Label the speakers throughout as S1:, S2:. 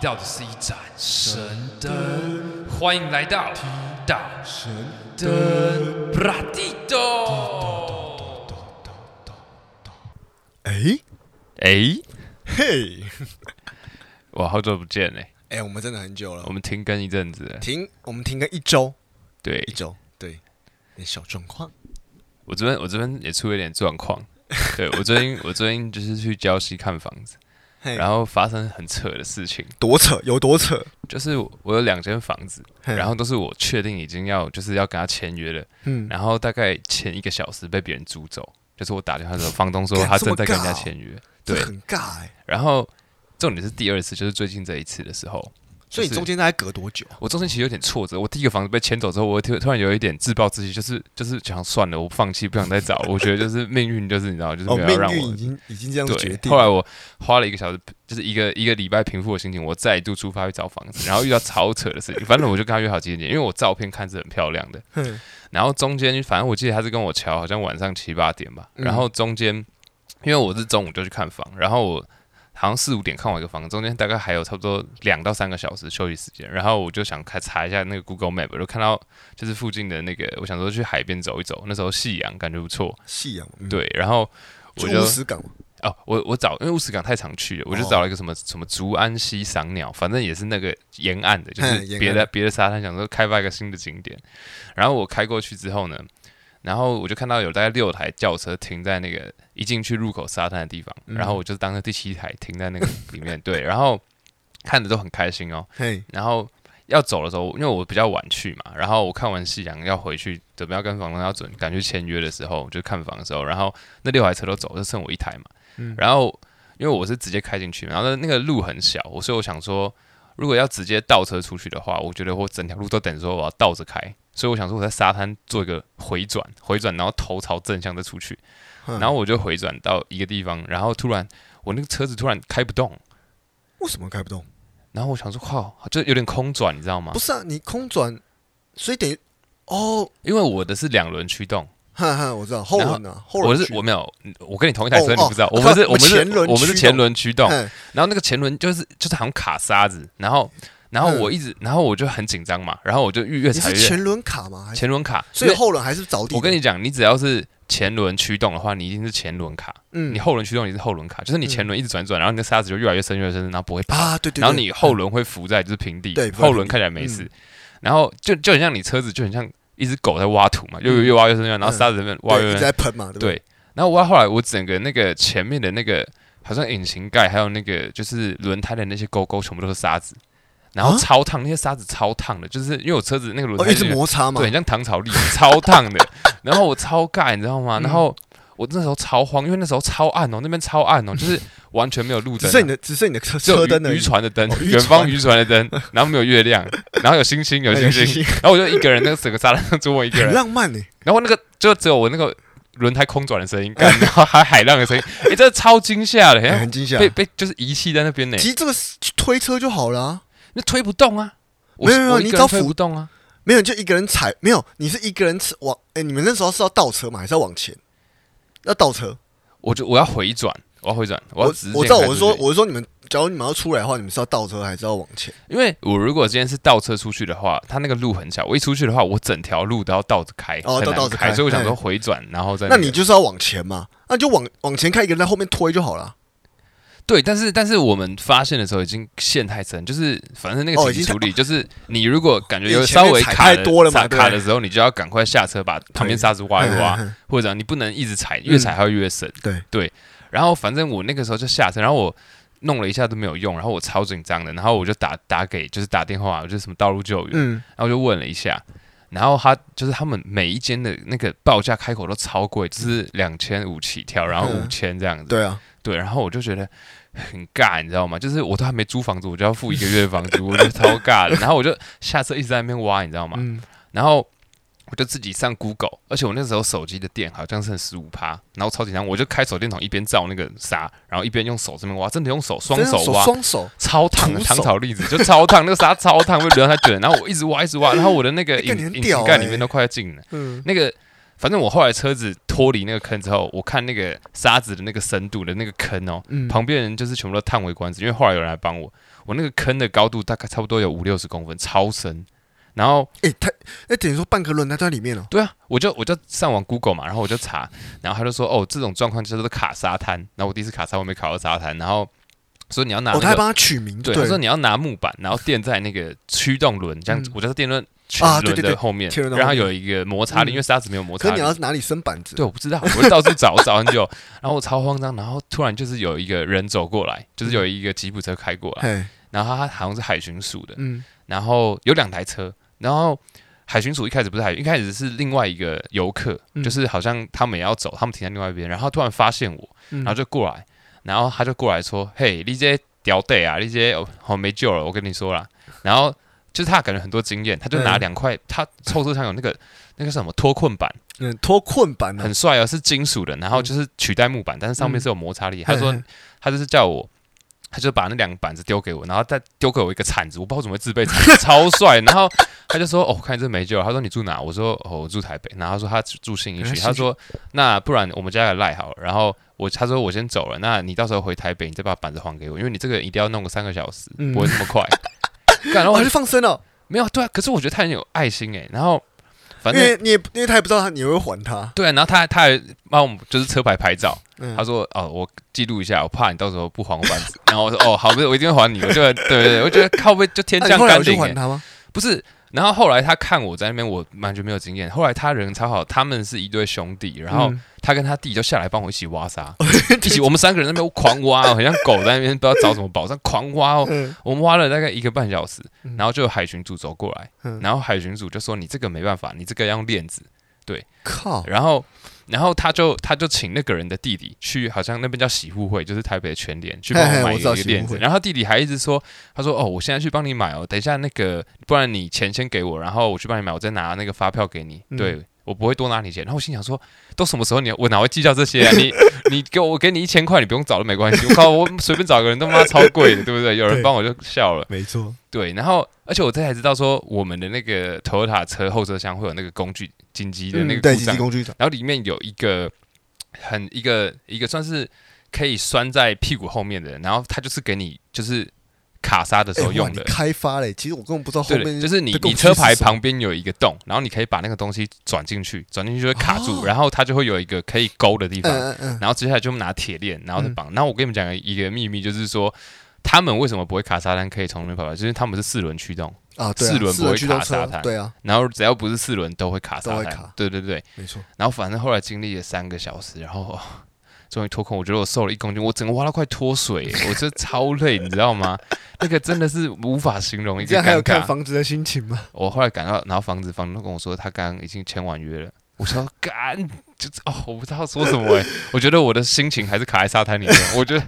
S1: 到的是一盏神灯，欢迎来到提到神灯布拉蒂多。
S2: 哎，
S1: 哎，
S2: 嘿，
S1: 哇，好久不见嘞！
S2: 哎，我们真的很久了，
S1: 我们停更一阵子了，
S2: 停，我们停个一周，
S1: 对
S2: 一周，对，点小状况，
S1: 我这边我这边也出了一点状 况。对我最近我最近就是去礁溪看房子，
S2: 嘿
S1: 然后发生很扯的事情，
S2: 多扯有多扯，
S1: 就是我我有两间房子，
S2: 嘿
S1: 然后都是我确定已经要就是要跟他签约了，
S2: 嗯，
S1: 然后大概前一个小时被别人租走，就是我打电话的时候，房东说
S2: 干
S1: 他
S2: 这
S1: 正
S2: 么
S1: 在跟人
S2: 尬
S1: 家
S2: 哦
S1: 签约，
S2: 这
S1: 对，
S2: 很尬哎，
S1: 然后重点是第二次，就是最近这一次的时候，
S2: 所以你
S1: 就是
S2: 中间大概隔多久？啊
S1: 我中间其实有点挫折。我第一个房子被迁走之后，我突突然有一点自暴自弃，就是就是想算了，我放弃，不想再找。我觉得就是命运，就是你知道，就是
S2: 哦，
S1: 没有
S2: 命
S1: 让
S2: 运
S1: 我
S2: 已。经已经这样子决
S1: 对，
S2: 定
S1: 后来
S2: 了，
S1: 我花了一个小时，就是一个一个礼拜平复我心情，我再度出发去找房子，然后遇到超扯的事情。反正我就跟他约好几点点，因为我照片看是很漂亮的，
S2: 哼
S1: 然后中间反正我记得他是跟我瞧，好像晚上七八点吧。
S2: 嗯
S1: 然后中间因为我是中午就去看房，然后我好像四五点看完一个房，中间大概还有差不多两到三个小时休息时间。然后我就想开查一下那个 Google Map，我就看到就是附近的那个，我想说去海边走一走，那时候夕阳感觉不错。
S2: 夕阳，嗯，
S1: 对，然后我
S2: 去
S1: 就
S2: 乌石港嘛，
S1: 哦，我我找，因为乌石港太常去了，我就
S2: 哦
S1: 找了一个什么、什么竹安溪赏鸟，反正也是那个沿岸的，就
S2: 嘿
S1: 是
S2: 沿
S1: 别
S2: 岸
S1: 的别的沙滩，想说开发一个新的景点。然后我开过去之后呢，然后我就看到有大概六台轿车停在那个一进去入口沙滩的地方，
S2: 嗯
S1: 然后我就当成第七台停在那个里面，对，然后看着都很开心哦。
S2: 嘿，
S1: 然后要走的时候，因为我比较晚去嘛，然后我看完夕阳要回去，准备要跟房东要准赶去签约的时候，就看房的时候，然后那六台车都走，就剩我一台嘛。
S2: 嗯
S1: 然后因为我是直接开进去，然后那那个路很小，我所以我想说，如果要直接倒车出去的话，我觉得我整条路都等于说我要倒着开，所以我想说我在沙滩做一个回转，回转然后头朝正向再出去，
S2: 嗯
S1: 然后我就回转到一个地方，然后突然我那个车子突然开不动。
S2: 为什么开不动？
S1: 然后我想说，靠，就有点空转，你知道吗
S2: 不？是啊，你空转，所以等于哦，
S1: 因为我的是两轮驱动，
S2: 哈哈，我知道后轮啊，后
S1: 我
S2: 轮
S1: 是
S2: 去
S1: 我没有，我跟你同一台车，
S2: 哦
S1: 你不知道，
S2: 哦
S1: 我们 是我
S2: 我
S1: 们是
S2: 前轮
S1: 我们是
S2: 驱动
S1: 前轮驱动，
S2: 嗯
S1: 然后那个前轮就是就是好像卡沙子，然后然后我一直然后我就很紧张嘛，然后我就越越
S2: 嗯你
S1: 踩
S2: 是
S1: 越
S2: 前轮卡吗？还是
S1: 前轮卡，
S2: 所以
S1: 因为
S2: 后轮还是着地的？
S1: 我跟你讲，你只要是前轮驱动的话，你一定是前轮卡，
S2: 嗯
S1: 你后轮驱动你是后轮卡，就是你前轮一直转转，然后你的沙子就越来越深越来越深，然后不会打，
S2: 啊，对对，
S1: 然后
S2: 对
S1: 你后轮会浮在就是平地
S2: 对，
S1: 后轮看起来没事，
S2: 嗯
S1: 然后就就很像你车子就很像一只狗在挖土嘛，越越越挖越深，然后沙子在那边挖
S2: 嗯对
S1: 越
S2: 一
S1: 越深
S2: 直在喷嘛，对不对？
S1: 对，然后我后来我整个那个前面的那个好像引擎盖还有那个就是轮胎的那些勾勾全部都是沙子，然后
S2: 啊
S1: 超烫，那些沙子超烫的，就是因为我车子那个轮
S2: 哦，
S1: 胎
S2: 一
S1: 是
S2: 直摩擦嘛
S1: 对，，很像糖炒栗，超烫 的。然后我超尬，你知道
S2: 嗯
S1: 吗？然后我那时候超慌，因为那时候超暗哦，那边超 暗哦，就是完全没有路
S2: 只
S1: 灯
S2: 剩
S1: 啊
S2: 你。的只剩你的车
S1: 只有
S2: 车灯的
S1: 渔渔船的灯
S2: 哦，渔
S1: 远方
S2: 船
S1: 渔船的灯，然后没有月 亮，然后有星星，有星星，然后我就一个人，那个整个沙滩上只 有我一个人
S2: 哎很，浪 漫呢。
S1: 然后那个就只有我那个轮胎空转的声音， 干然后还海浪的声音，哎、真的超惊吓的，好
S2: 哎
S1: 像
S2: 很惊吓。
S1: 被被就是遗弃在那边呢，
S2: 其实这个是推车就好了啊，
S1: 那推不动啊，我
S2: 没有没有
S1: 我一个
S2: 你
S1: 人
S2: 只要
S1: 推
S2: 扶
S1: 不动啊，
S2: 没有你就一个人踩，没有你是一个人踩往哎，你们那时候是要倒车吗？还是要往前？要倒车。
S1: 我就我要回转，我要回转，我要
S2: 我
S1: 直
S2: 我知道，
S1: 线开
S2: 我是说
S1: 出去
S2: 我是说你们，假如你们要出来的话，你们是要倒车还是要往前？
S1: 因为我如果今天是倒车出去的话，它那个路很小，我一出去的话，我整条路都要倒着开，
S2: 哦
S1: 很
S2: 都
S1: 难
S2: 倒着开
S1: 所以我想
S2: 嘿
S1: 说回转，然后再
S2: 那
S1: 个
S2: 你就是要往前嘛，那就往往前开，一个人在后面推就好了。
S1: 对，但是但是我们发现的时候已经陷太深，就是反正那个
S2: 哦
S1: 紧
S2: 已
S1: 急
S2: 经
S1: 处理，就是你如果感觉
S2: 你
S1: 有
S2: 前
S1: 稍
S2: 面
S1: 微
S2: 踩
S1: 卡
S2: 太
S1: 的
S2: 多了嘛
S1: 刹
S2: 对
S1: 卡的时候，你就要赶快下车把旁边
S2: 对
S1: 沙子挖一挖
S2: 嗯嗯嗯，
S1: 或者你不能一直踩，越踩它会越深。
S2: 对
S1: 对，然后反正我那个时候就下车，然后我。弄了一下都没有用，然后我超紧张的，然后我就打打给就是打电话，就是什么道路救援，
S2: 嗯，
S1: 然后就问了一下，然后他就是他们每一间的那个报价开口都超贵，就是两千五起跳，然后五
S2: 嗯
S1: 千这样子，
S2: 对啊，
S1: 对，然后我就觉得很尬，你知道吗？就是我都还没租房子，我就要付一个月的房租，我就超尬 的。然后我就下车一直在那边挖，你知道吗？
S2: 嗯，
S1: 然后我就自己上 Google，而且我那时候手机的电好像剩十五趴，然后超紧张，我就开手电筒一边照那个沙，然后一边用手这边挖，真的用手双
S2: 真的
S1: 手挖，
S2: 双手，
S1: 超烫的
S2: 徒手
S1: 糖炒栗子，就超烫，那个沙超烫，被轮胎卷，然后我一直挖一直挖，然后我的那个
S2: 哎
S1: 引
S2: 干你很
S1: 引
S2: 屌
S1: 擎盖
S2: 欸
S1: 里面都快要进了，
S2: 嗯，
S1: 那个。反正我后来车子脱离那个坑之后，我看那个沙子的那个深度的那个坑哦，
S2: 嗯
S1: 旁边人就是全部都叹为观止，因为后来有人来帮我，我那个坑的高度大概差不多有五六十公分，超深。然后
S2: 哎、他哎，等于说半个轮胎都在里面哦。
S1: 对啊，我就我就上网 Google 嘛，然后我就查，然后他就说哦，这种状况叫做卡沙滩。然后我第一次卡沙，我没卡到沙滩，然后说你要拿、那
S2: 哦，
S1: 个
S2: 他还帮他取名，
S1: 对，
S2: 对
S1: 他说
S2: 了，
S1: 你要拿木板，然后垫在那个驱动轮，这样子，
S2: 嗯
S1: 我叫它电轮驱
S2: 啊对
S1: 轮
S2: 对
S1: 的
S2: 对
S1: 后面，
S2: 前轮的
S1: 让它
S2: 后面
S1: 有一个摩擦力，
S2: 嗯
S1: 因为沙子没有摩
S2: 可
S1: 擦
S2: 是
S1: 力。
S2: 你要哪里伸板子？
S1: 对，我不知道， 我到处找，我找很久，然后我超慌张，然后突然就是有一个人走过来，就是有一个吉普车开过来，
S2: 嘿，
S1: 然后他好像是海巡署的，
S2: 嗯，
S1: 然后有两台车，然后海巡署一开始不是海，一开始是另外一个游客，
S2: 嗯
S1: 就是好像他们也要走，他们停在另外一边，然后他突然发现我，
S2: 然
S1: 然后就过来，然后他就过来说：“嘿，你这屌队啊，你这哦哦没救了，我跟你说啦。”然后就是他感觉很多经验，他就拿
S2: 嗯
S1: 两块，他后车上有那个那个什么脱困板，
S2: 嗯脱困板呢、
S1: 很帅哦，是金属的，然后就是取代木板，但是上面
S2: 嗯
S1: 是有摩擦力。他
S2: 嘿
S1: 说
S2: 嘿
S1: 他就是叫我。他就把那两个板子丢给我，然后再丢给我一个铲子，我不知道我怎么会自备铲子，超 帅。然后他就说：“哦，我看你这没救了。”他说：“你住哪？”我说：“哦，我住台北。”然后他说他住信义
S2: 原来
S1: 区。
S2: 信
S1: 他
S2: 义区
S1: 说：“那不然我们家来赖好了。”然后我他说：“我先走了，那你到时候回台北，你再把板子还给我，因为你这个一定要弄个三个小时，
S2: 嗯
S1: 不会那么快。” 干，然后
S2: 哦，
S1: 我
S2: 他
S1: 就
S2: 就放生了，
S1: 没有对啊，可是我觉得他很有爱心诶、然后反
S2: 因
S1: 正
S2: 为你也因为他也不知道他你会还他，
S1: 对啊、然后他他还帮我们就是车牌拍照，
S2: 嗯，
S1: 他说：“哦，我记录一下，我怕你到时候不还我板子。” 然后我说：“哦，好，不是，我一定会还你。”我就对对对，我觉得靠背就天
S2: 那
S1: 降
S2: 哎你后来
S1: 甘
S2: 有去
S1: 霖、
S2: 还
S1: 欸，
S2: 他吗？
S1: 不是。然后后来他看我在那边，我完全没有经验。后来他人超好，他们是一对兄弟，然后
S2: 嗯
S1: 他跟他弟就下来帮我一起挖 沙，一起我们三个人在那边狂挖哦，很像狗在那边不知道找什么宝藏狂挖哦。
S2: 嗯
S1: 我们挖了大概一个半小时，
S2: 嗯
S1: 然后就有海巡组走过来，
S2: 嗯，
S1: 然后海巡组就说：“你这个没办法，你这个要用链子。”
S2: 靠，
S1: 然后，然后他就他就请那个人的弟弟去，好像那边叫洗护会，就是台北的全联，去帮
S2: 嘿嘿
S1: 我买
S2: 我
S1: 一
S2: 知道
S1: 个
S2: 洗护
S1: 链子。
S2: 会
S1: 然后他弟弟还一直说，他说：“哦，我现在去帮你买哦，等一下那个，不然你钱先给我，然后我去帮你买，我再拿那个发票给你。
S2: 嗯
S1: 对。我不会多拿你钱，然后我心想说，都什么时候你我哪会计较这些啊？ 你你给我我给你一千块，你不用找都没关系。我靠，我随便找个人他妈超贵的，对不对？有人
S2: 对
S1: 帮我就笑了。
S2: 没错，
S1: 对，然后而且我这才知道说，我们的那个 Toyota 车后车厢会有那个工具紧急的那
S2: 嗯
S1: 个
S2: 对，
S1: 故
S2: 紧
S1: 障
S2: 急工具长，
S1: 然后里面有一个很一个一个算是可以拴在屁股后面的，然后它就是给你就是卡刹的时
S2: 哎
S1: 候
S2: 哇
S1: 用
S2: 你
S1: 的。
S2: 开发嘞，其实我根本不知道后
S1: 对
S2: 面
S1: 的，就是你
S2: 的工
S1: 你
S2: 具
S1: 车牌
S2: 是什么
S1: 旁边有一个洞，然后你可以把那个东西转进去，转进去就会卡住，
S2: 哦
S1: 然后它就会有一个可以勾的地方，
S2: 嗯嗯嗯，
S1: 然后接下来就拿铁链，然后再绑。然后我跟你们讲一个秘密，就是说他们为什么不会卡沙滩，可以从那边跑来，就是因为他们是四轮驱动，
S2: 啊，对啊，
S1: 四轮不会
S2: 驱动
S1: 卡
S2: 车
S1: 沙滩
S2: 对啊，
S1: 然后只要不是四轮都会卡
S2: 都
S1: 沙
S2: 会
S1: 滩
S2: 卡。
S1: 对对对，
S2: 没错，
S1: 然后反正后来经历了三个小时，然后、 哦终于脱困，我觉得我瘦了一公斤，我整个挖到快脱水， 我这超累，你知道吗？那个真的是无法形容一
S2: 你这
S1: 个
S2: 样还有
S1: 尴
S2: 看
S1: 尬。
S2: 房子的心情吗？
S1: 我后来赶到，然后房子房东跟我说，他刚刚已经签完约了。 我说干，就是哦，我不知道说什 么哎、我觉得我的心情还是卡在沙滩里面，我觉得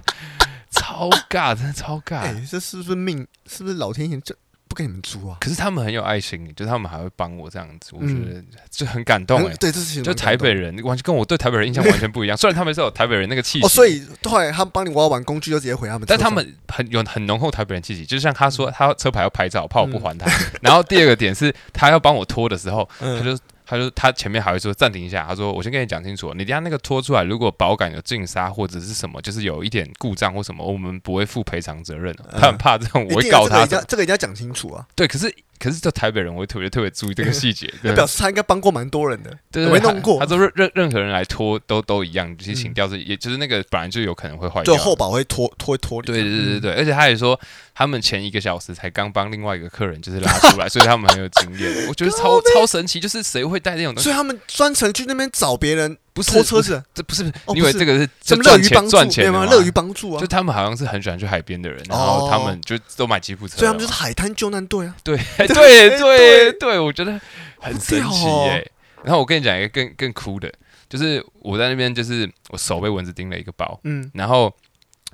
S1: 超尬，真的超尬。
S2: 哎、这是不是命？是不是老天爷就不给你们租啊？
S1: 可是他们很有爱心，就是他们还会帮我这样子，我觉
S2: 嗯
S1: 得就很感动哎、
S2: 嗯对，这是
S1: 就台北人完全跟我对台北人印象完全不一 样，虽然他们是有台北人那个气息，
S2: 哦，所以后来他们帮你挖完工具，就直接回他们车
S1: 但
S2: 上。
S1: 他们很有很浓厚台北人气息，就像他说，他车牌要拍照，怕我不还他。然后第二个点是，他要帮我拖的时候，他
S2: 嗯，
S1: 就他就他前面还会说暂停一下，他说我先跟你讲清楚，你等一下那个拖出来，如果保杆有进沙或者是什么，就是有一点故障或什么，我们不会负赔偿责任的。
S2: 嗯
S1: 他很怕这种，我
S2: 一
S1: 会
S2: 定
S1: 告
S2: 啊
S1: 他
S2: 这个
S1: 什么。
S2: 一定要这个一定要讲清楚啊！
S1: 对，可是可是这台北人，我会特别特别注意这个细节。对哎
S2: 那表示他应该帮过蛮多人的。
S1: 对，
S2: 我
S1: 对
S2: 没
S1: 他
S2: 弄过
S1: 他说任任任何人来拖都都一样，就是请掉是，也就是那个本来就有可能会坏掉
S2: 就
S1: 的。
S2: 后保会脱脱脱离。
S1: 对对对对，
S2: 嗯
S1: 而且他也说，他们前一个小时才刚帮另外一个客人就是拉出来，所以他们很有经验。 我觉得超超神奇，就是谁会带这种东西？
S2: 嗯所以他们专程去那边找别人
S1: 不是
S2: 拖车，
S1: 不是
S2: 子，
S1: 这不是
S2: 哦
S1: 因为
S2: 不是
S1: 这个是
S2: 他
S1: 就
S2: 们乐
S1: 赚
S2: 于
S1: 钱
S2: 帮助，
S1: 赚
S2: 没
S1: 钱
S2: 有
S1: 的嘛
S2: 吗？乐于帮助啊
S1: 就！他们好像是很喜欢去海边的人，然后
S2: 哦
S1: 他们就都买吉普车
S2: 所以
S1: 了
S2: 他
S1: 嘛，
S2: 们就是海滩救难队啊！
S1: 对 对对
S2: 对
S1: 对，我觉得很神奇
S2: 好屌哦
S1: 耶、然后我跟你讲一个更更酷的，就是我在那边就是我手被蚊子叮了一个包，
S2: 嗯，
S1: 然后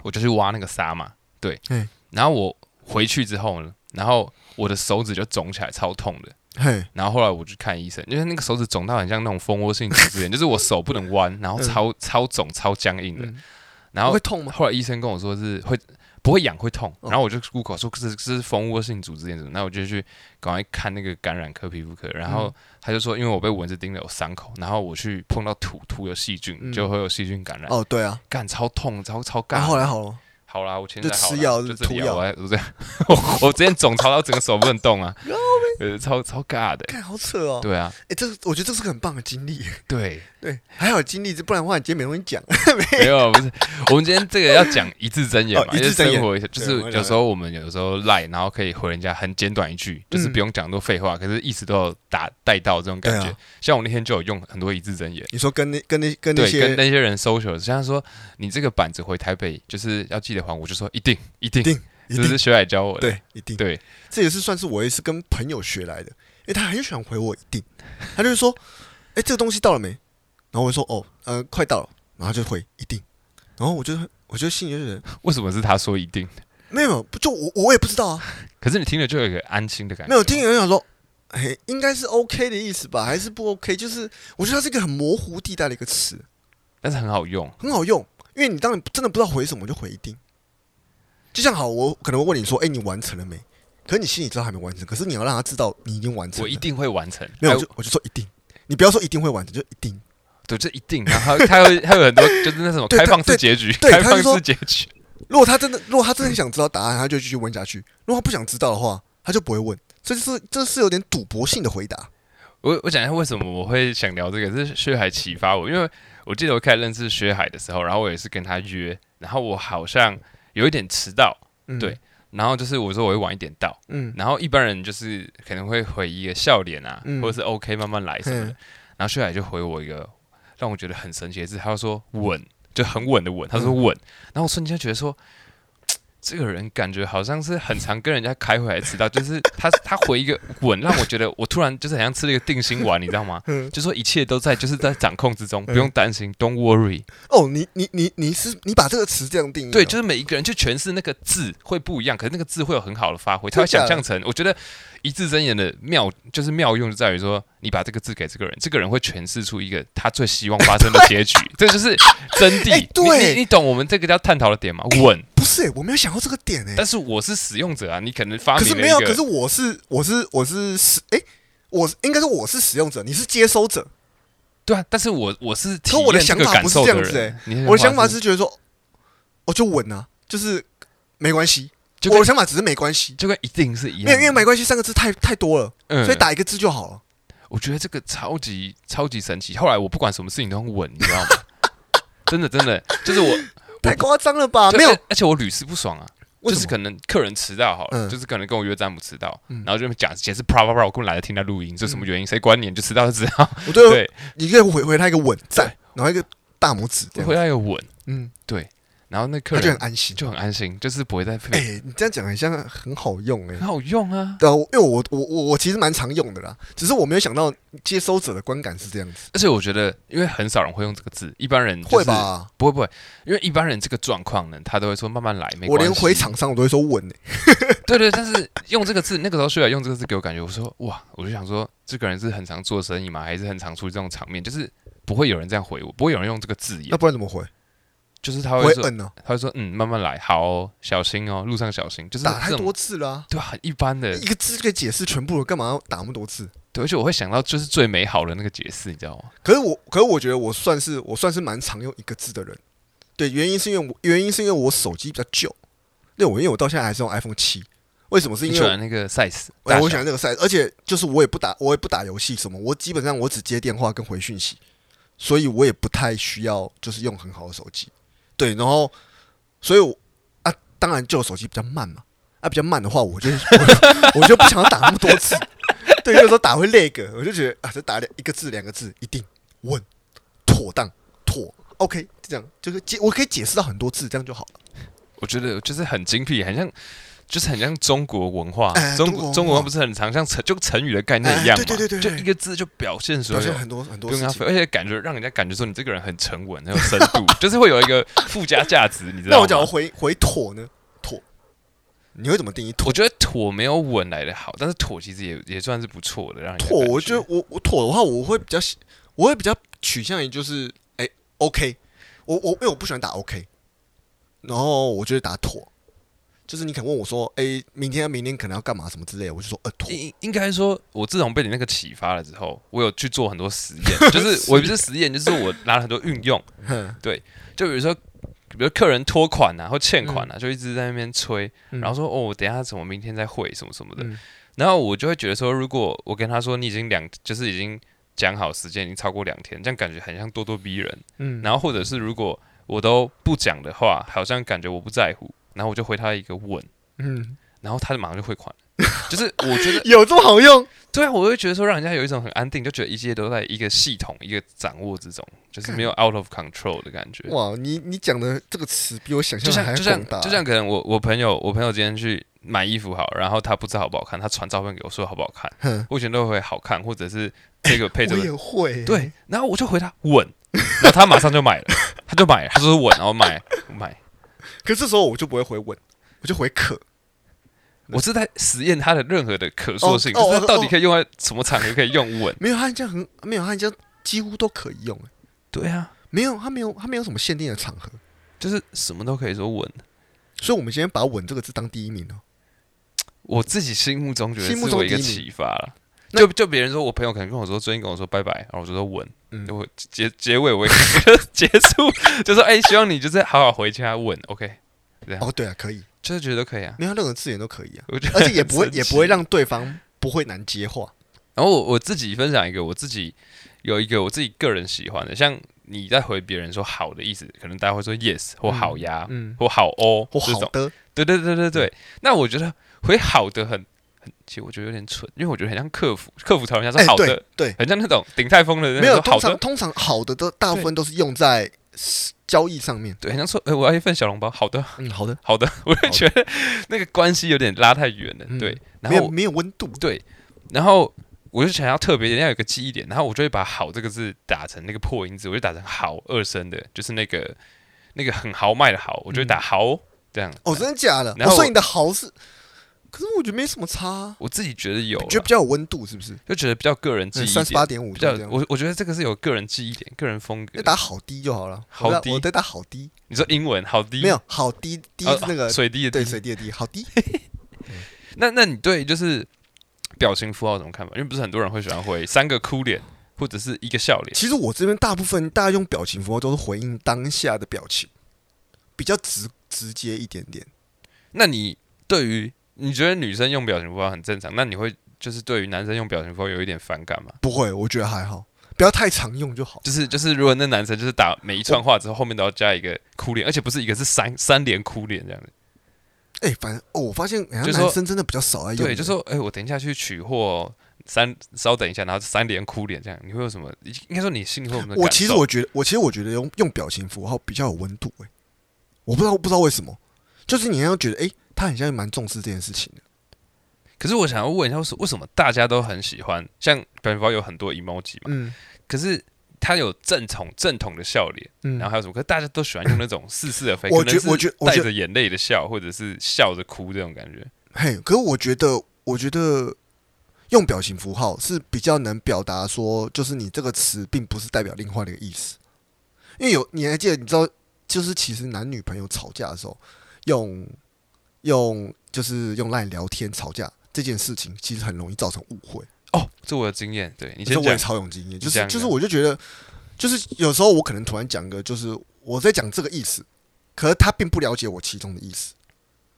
S1: 我就去挖那个沙嘛，对，
S2: 嗯
S1: 然后我回去之后呢，然后我的手指就肿起来，超痛的。
S2: 嘿，
S1: 然后后来我去看医生，因为那个手指肿到很像那种蜂窝性组织 炎，就是我手不能弯，然后超、超肿、超僵硬的。
S2: 嗯
S1: 然后
S2: 会痛吗？
S1: 后来医生跟我说是会不不会痒会痛，
S2: 哦
S1: 然后我就 Google 说这这是蜂窝性组织炎什么，那我就去赶快看那个感染科皮肤科，然
S2: 嗯
S1: 后他就说因为我被蚊子叮了有伤口，然后我去碰到土土有细菌，
S2: 嗯
S1: 就会有细菌感染，
S2: 哦，对啊，
S1: 干超痛超超
S2: 然
S1: 干。
S2: 后来好了，
S1: 好啦，我前阵
S2: 就
S1: 好啦
S2: 吃药
S1: 就
S2: 就
S1: 这里
S2: 涂
S1: 啊
S2: 药
S1: 我还我这样， 我我之前肿超到整个手不能动 啊，呃超超尬的，
S2: 看好扯哦。
S1: 对啊，
S2: 哎，这是我觉得这是个很棒的经历，
S1: 对，
S2: 对，还好经历，这不然的话你今天没东西讲。啊
S1: 没有，啊不是，我们今天这个要讲一字真言嘛，
S2: 哦一字真
S1: 就是
S2: 言
S1: 生活一下，就
S2: 对
S1: 是
S2: 我们
S1: 有时候我们有时候赖，然后可以回人家很简短一句，就是不用讲多废话，可是意思都有打带到这种感
S2: 嗯对
S1: 觉
S2: 啊。
S1: 像我那天就有用很多一字真言，
S2: 你说跟那跟那跟那
S1: 对，跟
S2: 些
S1: 那些人 social，像说你这个板子回台北就是要记得还我，就说一定一定
S2: 一定，一
S1: 这是
S2: 定
S1: 学海教我的，
S2: 对一定
S1: 对，
S2: 这也是算是我也是跟朋友学来的，因为他很喜欢回我一定，他就会说，哎、这个东西到了没？然后我就说，哦，呃，快到了，然后他就回一定，然后我就我就心里就是
S1: 为什么是他说一定？
S2: 没有，不就我我也不知道啊，
S1: 可是你听了就有一个安心的感觉，
S2: 没有听有人想说，哎，应该是 OK 的意思吧，还是不 OK？就是我觉得它是一个很模糊地带的一个词，
S1: 但是很好用，
S2: 很好用，因为你当你真的不知道回什么，就回一定。就像好，我可能会问你说，哎、你完成了没？可是你心里知道还没完成，可是你要让他知道你已经完成了。
S1: 我一定会完成，
S2: 没有，
S1: 哎
S2: 我就我就说一定，你不要说一定会完成，就一定。
S1: 对，这一定。然后他有 他有很多就是那什么
S2: 对
S1: 开
S2: 他
S1: 放式
S2: 对
S1: 结局，
S2: 对
S1: 开
S2: 他
S1: 放
S2: 就说
S1: 式结局。
S2: 如果他真的，如果他真的想知道答案，他就继续问下去；如果他不想知道的话，他就不会问。所以这是这是有点赌博性的回答。
S1: 我我讲一下为什么我会想聊这个，是薛海启发我，因为我记得我开始认识薛海的时候，然后我也是跟他约，然后我好像有一点迟到，
S2: 嗯
S1: 对，然后就是我说我会晚一点到，
S2: 嗯，
S1: 然后一般人就是可能会回一个笑脸啊，
S2: 嗯
S1: 或者是 OK 慢慢来什么的
S2: 嗯，
S1: 然后薛海就回我一个让我觉得很神奇的字，他就说稳，就很稳的稳，他说稳，然后我瞬间觉得说。嘖这个人感觉好像是很常跟人家开会还迟到，就是他他回一个稳，让我觉得我突然就是很像吃了一个定心丸，你知道吗？
S2: 嗯
S1: 就说一切都在就是在掌控之中，不用担心，Don't worry。
S2: 哦，你你你你是你把这个词这样定义哦？
S1: 对，就是每一个人去诠释那个字会不一样，可是那个字会有很好的发挥，他
S2: 真
S1: 会
S2: 假
S1: 想象
S2: 的
S1: 成。我觉得一字真言的妙就是妙用就在于说，你把这个字给这个人，这个人会诠释出一个他最希望发生的结局，这就是真谛
S2: 哎。对
S1: 你你你懂我们这个要探讨的点吗？稳，
S2: 不是、欸？我没有想到这个点诶、
S1: 但是我是使用者啊，你可能发
S2: 可
S1: 明
S2: 是
S1: 了
S2: 没有，
S1: 一
S2: 可
S1: 个
S2: 是我是我是我是使哎、我是应该是我是使用者，你是接收者。
S1: 对啊，但是我我是体
S2: 可我的
S1: 验这个
S2: 想法
S1: 感
S2: 不是
S1: 受
S2: 这
S1: 的
S2: 样子欸
S1: 人，你
S2: 我的想法是觉得说，我就稳啊，就是没关系。
S1: 就
S2: 我
S1: 跟
S2: 的想法只是没关系，
S1: 就跟一定是一
S2: 没有因为
S1: 样的，
S2: 没关系三个字太太多了，
S1: 嗯
S2: 所以打一个字就好了。
S1: 我觉得这个超级超级神奇。后来我不管什么事情都很稳，你知道吗？ 真的真的，就是我
S2: 太夸张了吧？
S1: 就
S2: 啊没有
S1: 而，且而且我屡试不爽啊。
S2: 为
S1: 就
S2: 什
S1: 是
S2: 么
S1: 可能客人迟到好了，
S2: 嗯
S1: 就是可能跟我约占卜迟到，
S2: 嗯
S1: 然后就讲解释啪啪啪，我根本懒得听他录音，这什么原因？谁管你？你就迟到就迟 到。
S2: 我对
S1: 对，
S2: 你可以回回他一个吻赞，然后一个大拇指
S1: 我
S2: 这样，
S1: 回来有稳，
S2: 嗯，
S1: 然后那客
S2: 他就很
S1: 人
S2: 安心。
S1: 就很安心，就是不会再
S2: 哎、
S1: 配，
S2: 你这样讲很像很好用哎、
S1: 很好用啊。
S2: 对啊，我因为我我我我其实蛮常用的啦，只是我没有想到接收者的观感是这样子，
S1: 而且我觉得，因为很少人会用这个字，一般人就是
S2: 会？吧？
S1: 不会不会，因为一般人这个状况呢，他都会说慢慢来，没关系。
S2: 我连回厂商我都会说稳、欸，
S1: 对对，但是用这个字，那个时候薛来用这个字给我感觉，我说哇，我就想说，这个人是很常做生意吗？还是很常出这种场面？就是不会有人这样回我，不会有人用这个字眼
S2: 那，不然怎么回？
S1: 就是他
S2: 我
S1: 会
S2: 会
S1: 说，
S2: 嗯呢、
S1: 他会说嗯，慢慢来，好哦、小心哦，路上小心，就是
S2: 打太
S1: 这种
S2: 多字了啊、
S1: 对啊，很一般的
S2: 一，个字就可以解释全部了，干嘛要打那么多字？
S1: 对，而且我会想到就是最美好的那个解释，你知道吗？
S2: 可是我，可是我觉得我算是我算是蛮常用一个字的人。对，原因是因为我原因是因为我手机比较旧，对，我因为我到现在还是用 iPhone 七，为什么？是
S1: 你
S2: 因
S1: 喜
S2: 为
S1: 欢那个 size，
S2: 我,哎、
S1: 大
S2: 我
S1: 小
S2: 喜欢这个赛，而且就是我也不打，我也不打游戏什么，我基本上我只接电话跟回讯息，所以我也不太需要就是用很好的手机。对，然后所以我啊，当然旧手机比较慢嘛，啊比较慢的话， 我就我我就不想要打那么多字。对，有时候打会累个，我就觉得啊，这打两一个字两个字一定稳妥当妥 OK，这样就是解我可以解释到很多字，这样就好了。
S1: 我觉得就是很精辟，很像。就是很像中国文化，
S2: 哎
S1: 中
S2: 中国文化
S1: 中国文化不是很常像成就成语的概念一样嘛、
S2: 哎对对对对对
S1: 就一个字就表现所
S2: 表
S1: 有
S2: 现很多很多
S1: 不
S2: 事
S1: 用浪费，
S2: 情。
S1: 而且感觉让人家感觉说你这个人很沉稳，很有深 度，就是会有一个附加价值，你知道吗？
S2: 那我讲回回妥呢？妥，你会怎么定义妥
S1: 我？觉得妥没有稳来的好，但是妥其实也也算是不错的，让人家
S2: 妥，
S1: 感
S2: 我觉得我我妥的话，我会比较喜，我会比较取向于就是，哎、o k 我我因为我不喜欢打 OK，然后我就会打妥，就是你肯问我说，哎、明天明天可能要干嘛什么之类的，我就说，呃，拖
S1: 应应该说，我自从被你那个启发了之后，我有去做很多实 验，就是我不是实验，就是我拿了很多运用。对，就比如说，比如客人拖款啊，或欠款啊，就一直在那边催，
S2: 嗯
S1: 然后说哦，我等一下怎么明天再汇什么什么的，
S2: 嗯
S1: 然后我就会觉得说，如果我跟他说你已经两，就是已经讲好时间已经超过两天，这样感觉很像咄咄逼人。
S2: 嗯
S1: 然后或者是如果我都不讲的话，好像感觉我不在乎，然后我就回他一个问，
S2: 嗯，
S1: 然后他马上就汇款了，就是我觉得。
S2: 有这么好用？
S1: 对啊，我会觉得说让人家有一种很安定，就觉得一切都在一个系统、一个掌握之中，就是没有 out of control 的感觉。
S2: 哇，你你讲的这个词比我想
S1: 就
S2: 象
S1: 像
S2: 的还
S1: 就
S2: 广
S1: 像
S2: 大，
S1: 就像可能我我朋友我朋友今天去买衣服好，然后他不知道好不好看，他传照片给我说好不好看，
S2: 哼
S1: 我以前都会好看，或者是这个配着、
S2: 我也会，
S1: 对，然后我就回他稳，然后他马上就买了，他就买了，他说稳，然后买买，
S2: 可是这时候我就不会回稳，我就回可。
S1: 我是在实验他的任何的可塑性，
S2: 哦哦
S1: 就是他到底
S2: 哦
S1: 可以用在什么场合可以用稳？
S2: 没有，他这样很没有，他这样几乎都可以用。欸
S1: 对啊，
S2: 没有，他没有，他没有什么限定的场合，
S1: 就是什么都可以说稳。
S2: 所以我们今天把“稳”这个字当第一名哦。
S1: 我自己心目中觉得
S2: 心目
S1: 是
S2: 中
S1: 我一个
S2: 第一名
S1: 启发了。
S2: 那
S1: 就就别人说，我朋友可能跟我说，最近跟我说拜拜，然后我就说稳，
S2: 嗯
S1: 我结结尾我也 结束就说，哎、希望你就是好好回家稳，OK，
S2: 哦，对啊，可以，
S1: 就是觉得都可以啊。
S2: 没有他任何字眼都可以啊，
S1: 我觉得
S2: 而且也不会
S1: 很神奇
S2: 也不会。让对方不会难接话。
S1: 然后我我自己分享一个，我自己有一个我自己个人喜欢的，像你在回别人说好的意思，可能大家会说 yes 或好呀，
S2: 嗯，
S1: 或好哦，
S2: 或
S1: 这
S2: 好
S1: 种。
S2: 的，
S1: 对对对对对。那我觉得回好的很很，其实我觉得有点蠢，因为我觉得很像客服，客服头人家说
S2: 哎，
S1: 好的，
S2: 对对，
S1: 很像那种鼎泰丰的那
S2: 没有，
S1: 种说
S2: 通
S1: 好
S2: 常
S1: 的，
S2: 通常好的都大部分都是用在交易上面。
S1: 对，很像说，哎、我要一份小笼包，好的，
S2: 嗯，好的，
S1: 好的，我就
S2: 好的
S1: 觉得那个关系有点拉太远了，
S2: 嗯
S1: 对，然
S2: 没有
S1: 后
S2: 没有温度。
S1: 对，然后我就想要特别一点，要有一个记忆点，然后我就会把“好”这个字打成那个破音字，我就打成“好”二声的，就是那个那个很豪迈的“豪”，我就会打“豪”这样。
S2: 嗯哦，真的假的？
S1: 然后
S2: 哦所以
S1: 我
S2: 你的好是，可是我觉得没什么差啊，
S1: 我自己觉得有啦，
S2: 觉得比较有温度，是不是？
S1: 就觉得比较个人记忆
S2: 嗯三十
S1: 点
S2: 八，点五
S1: 比
S2: 这
S1: 较
S2: 样，
S1: 我我觉得这个是有个人记忆点、个人风格
S2: 那。打好低就好了。
S1: 好
S2: 我在
S1: 低
S2: 我在打好低，
S1: 你说英文好低，
S2: 没有好低低
S1: 哦
S2: 是那个
S1: 水滴的
S2: 对
S1: 滴
S2: 水滴的滴，好低。
S1: 那那你对就是表情符号有什么看法？因为不是很多人会喜欢回三个哭脸或者是一个笑脸，
S2: 其实我这边大部分大家用表情符号都是回应当下的表情，比较直直接一点点。
S1: 那你对于你觉得女生用表情符号很正常，那你会就是对于男生用表情符号有一点反感吗？
S2: 不会，我觉得还好，不要太常用就好。
S1: 就是就是，如果那男生就是打每一串话之后，后面都要加一个哭脸，而且不是一个是三三连哭脸这样子。
S2: 哎、反正哦，我发现人
S1: 就
S2: 家
S1: 说
S2: 男生真的比较少在用。
S1: 对，就说哎、我等一下去取货哦、三稍等一下，然后三连哭脸这样，你会有什么？应该说你心里会有什么感受？
S2: 我其实我觉得，我其实我觉得用用表情符号比较有温度、欸。我不知道不知道为什么，就是你要觉得，哎、他很像蛮重视这件事情的。
S1: 可是我想要问一下，为什为什么大家都很喜欢？像表情符号有很多 emoji 嘛，
S2: 嗯
S1: 可是它有正统正统的笑脸，
S2: 嗯
S1: 然后还有什么？可是大家都喜欢用那 种似是而非，
S2: 我
S1: 可能
S2: 觉我觉
S1: 是
S2: 我觉
S1: 带着眼泪的笑，或者是笑着哭这种感觉。
S2: 嘿，可是我觉得，我觉得用表情符号是比较能表达说，就是你这个词并不是代表另外的一个意思。因为有你还记得，你知道，就是其实男女朋友吵架的时候，用用就是用赖聊天吵架这件事情，其实很容易造成误会。
S1: 哦，这我有经验，对你
S2: 可是
S1: 先
S2: 我也
S1: 讲。
S2: 超有经验，
S1: 你
S2: 就是
S1: 讲
S2: 就是，
S1: 讲
S2: 我就觉得，就是有时候我可能突然讲个，就是我在讲这个意思，可是他并不了解我其中的意思，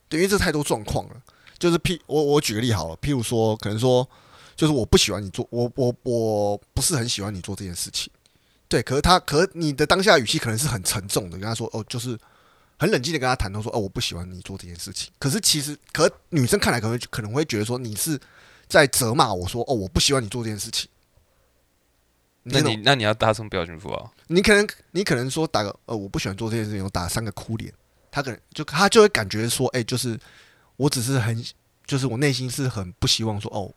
S2: 对，因为这太多状况了。就是譬我我举个例好了，譬如说，可能说，就是我不喜欢你做，我我我不是很喜欢你做这件事情，对，可是他可是你的当下语气可能是很沉重的，跟他说哦，就是很冷静的跟他谈，他说哦，我不喜欢你做这件事情。可是其实，可是女生看来可能可能会觉得说你是在责骂我说哦，我不喜欢你做这件事情。
S1: 那
S2: 懂
S1: 你那你要搭成表情符号，
S2: 你可能你可能说打个呃，我不喜欢做这件事情，我打三个哭脸，他可能就他就会感觉说，哎、就是我只是很，就是我内心是很不希望说，哦，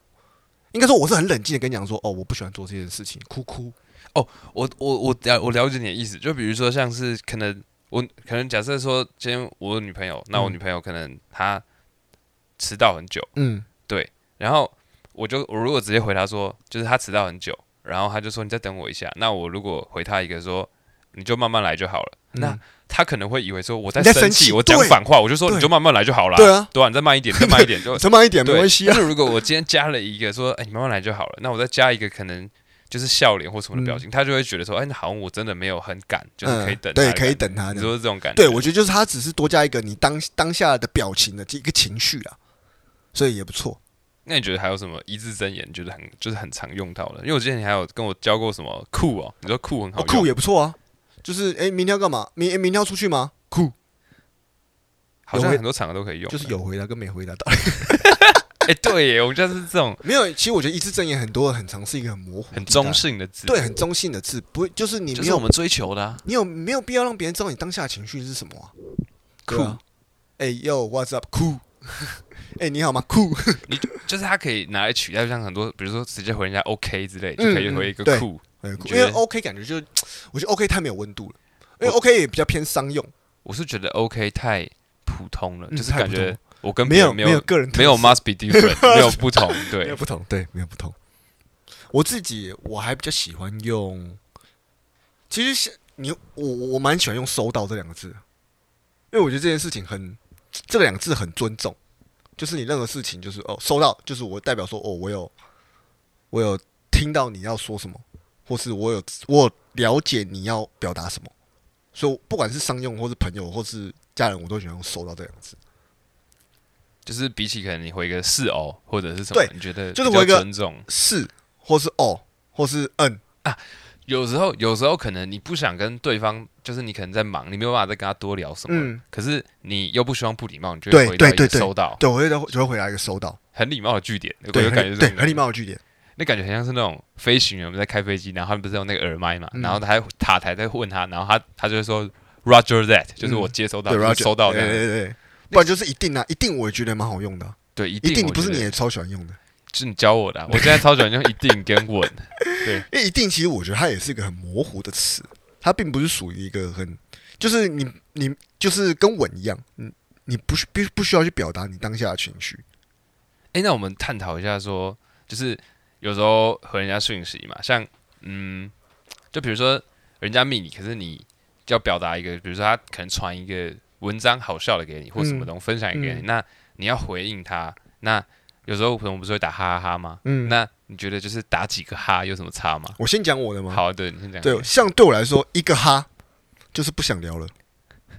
S2: 应该说我是很冷静的跟你讲说，哦，我不喜欢做这件事情，哭哭，
S1: 我我我了我了解你的意思，就比如说像是可能我可能假设说今天我有女朋友，那我
S2: 嗯
S1: 女朋友可能她迟到很久，
S2: 嗯，
S1: 然后我就我如果直接回他说，就是他迟到很久，然后他就说你再等我一下。那我如果回他一个说你就慢慢来就好了，那他可能会以为说我在
S2: 你在
S1: 生
S2: 生
S1: 气，
S2: 气
S1: 我讲
S2: 对
S1: 反话，我就说
S2: 对
S1: 你就慢慢来就好了。
S2: 对啊
S1: 对啊，你再慢一 点，你再慢一点就
S2: 你再慢一点没
S1: 对
S2: 关系
S1: 但
S2: 啊。
S1: 是如果我今天加了一个说，哎，你慢慢来就好了，那我再加一个可能就是笑脸或什么的表情，他就会觉得说，哎，那好像我真的没有很赶，就是可以等他的
S2: 嗯对，
S1: 感觉，
S2: 可以等他
S1: 你
S2: 的。
S1: 说这种感觉，
S2: 对，我觉得就是他只是多加一个你当当下的表情的这一个情绪啊，所以也不错。
S1: 那你觉得还有什么一字真言，你觉得很就是很常用到的？因为我之前你还有跟我教过什么酷哦，你说酷很好
S2: 哦，
S1: 用，
S2: 酷也不错啊。就是哎、诶明天要干嘛？明诶明天要出去吗？酷，
S1: 好像很多场合都可以用，
S2: 就是有回答跟没回答到底。
S1: 哎、对耶，我们就是这种
S2: 没有，其实我觉得一字真言很多很常是一个很模糊的
S1: 很
S2: 地带、
S1: 中性的字，
S2: 对，很中性的字，不会就是你
S1: 就
S2: 没
S1: 是
S2: 有、
S1: 我们追求的、啊。
S2: 你有没有必要让别人知道你当下的情绪是什么啊？
S1: 酷
S2: 对啊，哎、yo what's up？酷， 哎、你好吗？ 酷，
S1: 就是它可以拿来取代，像很多，比如说直接回人家 OK 之类，就
S2: 嗯
S1: 可以回一个
S2: 嗯对
S1: 酷。
S2: 哎酷
S1: 觉
S2: 因
S1: 得
S2: 为 OK 感觉就是，我觉得 OK 太没有温度了，因为
S1: 我
S2: OK 也比较偏商用，
S1: 我是觉得 OK 太普通了，
S2: 嗯
S1: 就是感
S2: 太普
S1: 觉我跟
S2: 没
S1: 别人
S2: 有
S1: 没
S2: 没有个人特
S1: 没有
S2: 色
S1: must be different，没有不同，
S2: 没有
S1: 对，
S2: 不同，对，没有不同。我自己我还比较喜欢用，其实是你我我蛮喜欢用“收到”这两个字的，因为我觉得这件事情很，这两个字很尊重，就是你任何事情就是哦收到，就是我代表说哦我有我有听到你要说什么，或是我有我有了解你要表达什么，所以不管是商用或是朋友或是家人，我都喜欢用“收到”这两个字。
S1: 就是比起可能你回一个是哦或者是什么
S2: 对，
S1: 你觉得
S2: 就是
S1: 比较
S2: 回一个
S1: 尊重，
S2: 是，或是哦，或是嗯，
S1: 有时候，有时候可能你不想跟对方，就是你可能在忙，你没有办法再跟他多聊什么，
S2: 嗯
S1: 可是你又不希望不礼貌，你就
S2: 对
S1: 会回到一
S2: 对
S1: 个
S2: 对
S1: 收到
S2: 对，我会就会回答一个收到，
S1: 很礼貌的据点，我
S2: 对，
S1: 就
S2: 很
S1: 感觉
S2: 对，很礼，貌的据点，
S1: 那感觉很像是那种飞行员我们在开飞机，然后他们不是用那个耳麦嘛，
S2: 嗯
S1: 然后他还塔台在问他，然后他他就会说 Roger that，就是
S2: 嗯
S1: 我接收到，
S2: 对
S1: 就是
S2: ，Roger，
S1: 收到这
S2: 对
S1: 样，
S2: 对对，不然就是一定啊，一定我也觉得蛮好用的啊，
S1: 对，一
S2: 一定
S1: 我
S2: 不是
S1: 觉
S2: 你
S1: 得
S2: 也超喜欢用的，
S1: 是你教我 的啊、我现在超喜欢用一定跟稳，对，
S2: 因为一定其实我觉得它也是一个很模糊的词，它并不是属于一个很，就是你你就是跟吻一样，嗯，你不需必不需要去表达你当下的情绪，
S1: 哎、那我们探讨一下说，就是有时候和人家讯息嘛，像嗯，就比如说人家密你，可是你要表达一个，比如说他可能传一个文章好笑的给你，或什么
S2: 嗯
S1: 东西分享一个给你，
S2: 嗯
S1: 那你要回应他，那有时候可能我们不是会打哈哈哈吗？
S2: 嗯
S1: 那你觉得就是打几个哈有什么差吗？
S2: 我先讲我的嘛，
S1: 好，对，你先讲。
S2: 对，像对我来说，一个哈就是不想聊了。